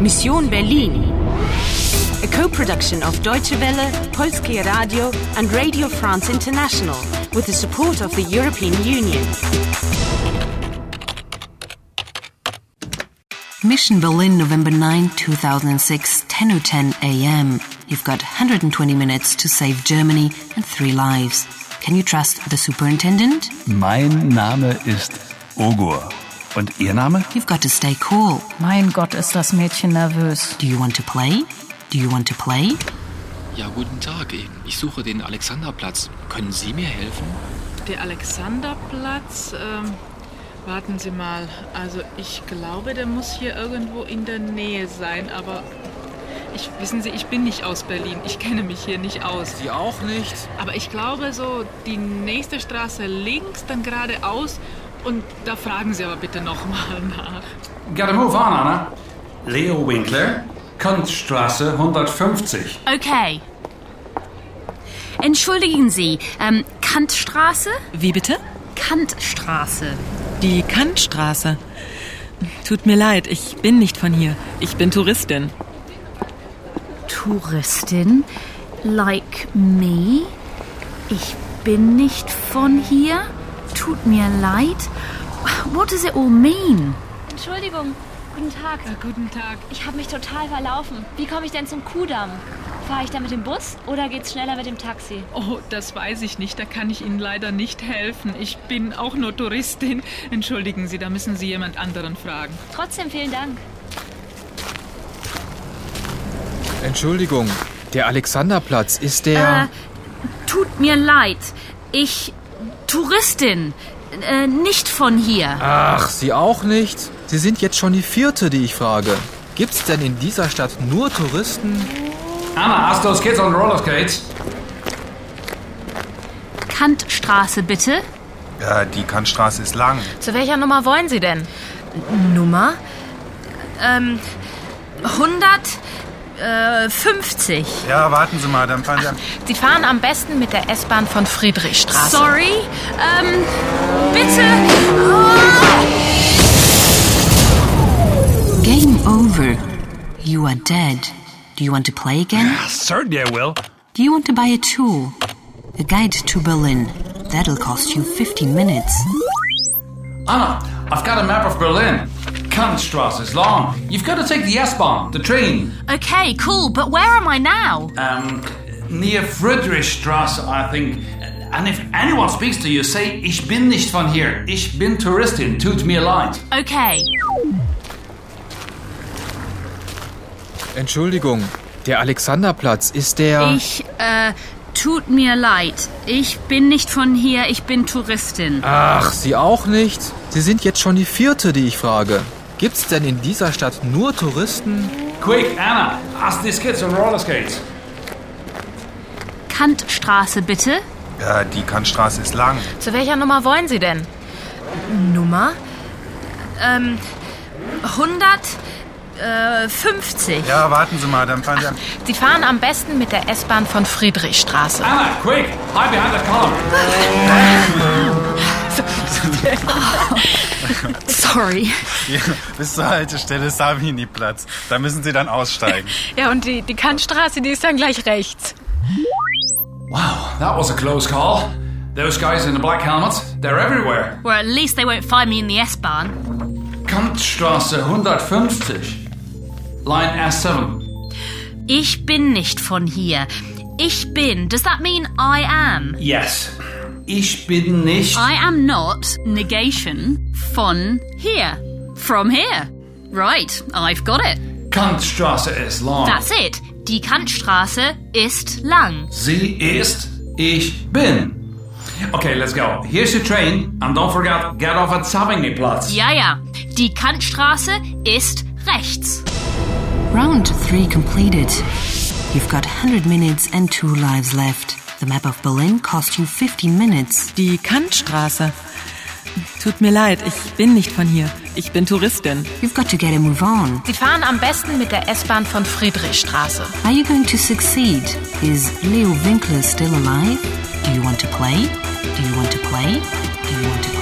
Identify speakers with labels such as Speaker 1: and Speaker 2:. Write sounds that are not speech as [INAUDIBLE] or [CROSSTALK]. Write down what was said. Speaker 1: Mission Berlin. A co-production of Deutsche Welle, Polskie Radio and Radio France International with the support of the European Union.
Speaker 2: Mission Berlin, November 9, 2006, 10.10 a.m. You've got 120 minutes to save Germany and three lives. Can you trust the superintendent?
Speaker 3: Mein Name ist Ogur. Und Ihr Name?
Speaker 2: You've got to stay cool.
Speaker 4: Mein Gott, ist das Mädchen nervös.
Speaker 2: Do you want to play? Do you want to play?
Speaker 5: Ja, guten Tag. Ich suche den Alexanderplatz. Können Sie mir helfen?
Speaker 6: Der Alexanderplatz. Ähm, warten Sie mal. Also ich glaube, der muss hier irgendwo in der Nähe sein, aber ich wissen Sie, ich bin nicht aus Berlin. Ich kenne mich hier nicht aus.
Speaker 5: Sie auch nicht.
Speaker 6: Aber ich glaube so die nächste Straße links, dann geradeaus und da fragen Sie aber bitte nochmal nach.
Speaker 7: Gotta er move on, Anna. Leo Winkler, Kunststraße 150.
Speaker 8: Okay. Entschuldigen Sie, ähm, Kantstraße?
Speaker 9: Wie bitte?
Speaker 8: Kantstraße.
Speaker 9: Die Kantstraße. Tut mir leid, ich bin nicht von hier. Ich bin Touristin.
Speaker 8: Touristin? Like me? Ich bin nicht von hier? Tut mir leid? What does it all mean?
Speaker 10: Entschuldigung, guten Tag.
Speaker 6: Äh, guten Tag.
Speaker 10: Ich habe mich total verlaufen. Wie komme ich denn zum Kudamm? Fahre ich da mit dem Bus oder geht's schneller mit dem Taxi?
Speaker 6: Oh, das weiß ich nicht. Da kann ich Ihnen leider nicht helfen. Ich bin auch nur Touristin. Entschuldigen Sie, da müssen Sie jemand anderen fragen.
Speaker 10: Trotzdem vielen Dank.
Speaker 5: Entschuldigung, der Alexanderplatz ist der.
Speaker 8: Tut mir leid. Ich. Touristin. Äh, nicht von hier.
Speaker 5: Ach, Sie auch nicht. Sie sind jetzt schon die vierte, die ich frage. Gibt's denn in dieser Stadt nur Touristen?
Speaker 7: Anna, ask those kids on roller skates.
Speaker 8: Kantstraße bitte.
Speaker 11: Ja, die Kantstraße ist lang.
Speaker 12: Zu welcher Nummer wollen Sie denn?
Speaker 8: Nummer? Ähm, 150.
Speaker 11: Ja, warten Sie mal, dann fahren Sie. am-
Speaker 12: äh, Sie fahren am besten mit der S-Bahn von Friedrichstraße.
Speaker 8: Sorry. Ähm, bitte. Ah!
Speaker 2: Game over. You are dead. Do you want to play again?
Speaker 7: Certainly I will.
Speaker 2: Do you want to buy a tool? A guide to Berlin. That'll cost you 15 minutes.
Speaker 7: Anna, I've got a map of Berlin. Kunststraße is long. You've got to take the S-Bahn, the train.
Speaker 8: Okay, cool, but where am I now?
Speaker 7: Um, near Friedrichstraße, I think. And if anyone speaks to you, say, ich bin nicht von hier. Ich bin Touristin. Tut mir leid.
Speaker 8: Okay.
Speaker 5: Entschuldigung, der Alexanderplatz ist der.
Speaker 8: Ich, äh, tut mir leid. Ich bin nicht von hier, ich bin Touristin.
Speaker 5: Ach, Sie auch nicht. Sie sind jetzt schon die vierte, die ich frage. Gibt's denn in dieser Stadt nur Touristen?
Speaker 7: Quick, Anna, ask these kids on roller skates.
Speaker 8: Kantstraße bitte.
Speaker 11: Ja, die Kantstraße ist lang.
Speaker 12: Zu welcher Nummer wollen Sie denn?
Speaker 8: Nummer? Ähm,
Speaker 12: äh,
Speaker 8: 150.
Speaker 11: Ja, warten Sie mal, dann fahren Sie. am-
Speaker 12: Sie fahren am besten mit der S-Bahn von Friedrichstraße.
Speaker 7: Anna, quick, hide behind that column.
Speaker 8: Sorry.
Speaker 11: Ja, [LAUGHS] bis zur Haltestelle ist Savini-Platz. Da müssen Sie dann aussteigen.
Speaker 12: Ja, und die, die Kantstraße, die ist dann gleich rechts.
Speaker 7: Wow, that was a close call. Those guys in the black helmets, they're everywhere.
Speaker 8: Or at least they won't find me in the S-Bahn.
Speaker 7: Kantstraße 150. Line S7.
Speaker 8: Ich bin nicht von hier. Ich bin. Does that mean I am?
Speaker 7: Yes. Ich bin nicht.
Speaker 8: I am not negation von here. From here. Right, I've got it.
Speaker 7: Kantstraße ist lang.
Speaker 8: That's it. Die Kantstraße ist lang.
Speaker 7: Sie ist, ich bin. Okay, let's go. Here's your train, and don't forget, get off at Savignyplatz.
Speaker 8: Ja, ja. Die Kantstraße ist rechts.
Speaker 2: Round 3 completed. You've got 100 minutes and 2 lives left. The map of Berlin cost you 15 minutes.
Speaker 9: Die Kantstraße. Tut mir leid, ich bin nicht von hier. Ich bin Touristin.
Speaker 2: You've got to get a move on.
Speaker 12: Sie fahren am besten mit der S-Bahn von Friedrichstraße.
Speaker 2: Are you going to succeed? Is Leo Winkler still alive? Do you want to play? Do you want to play? Do you want to play?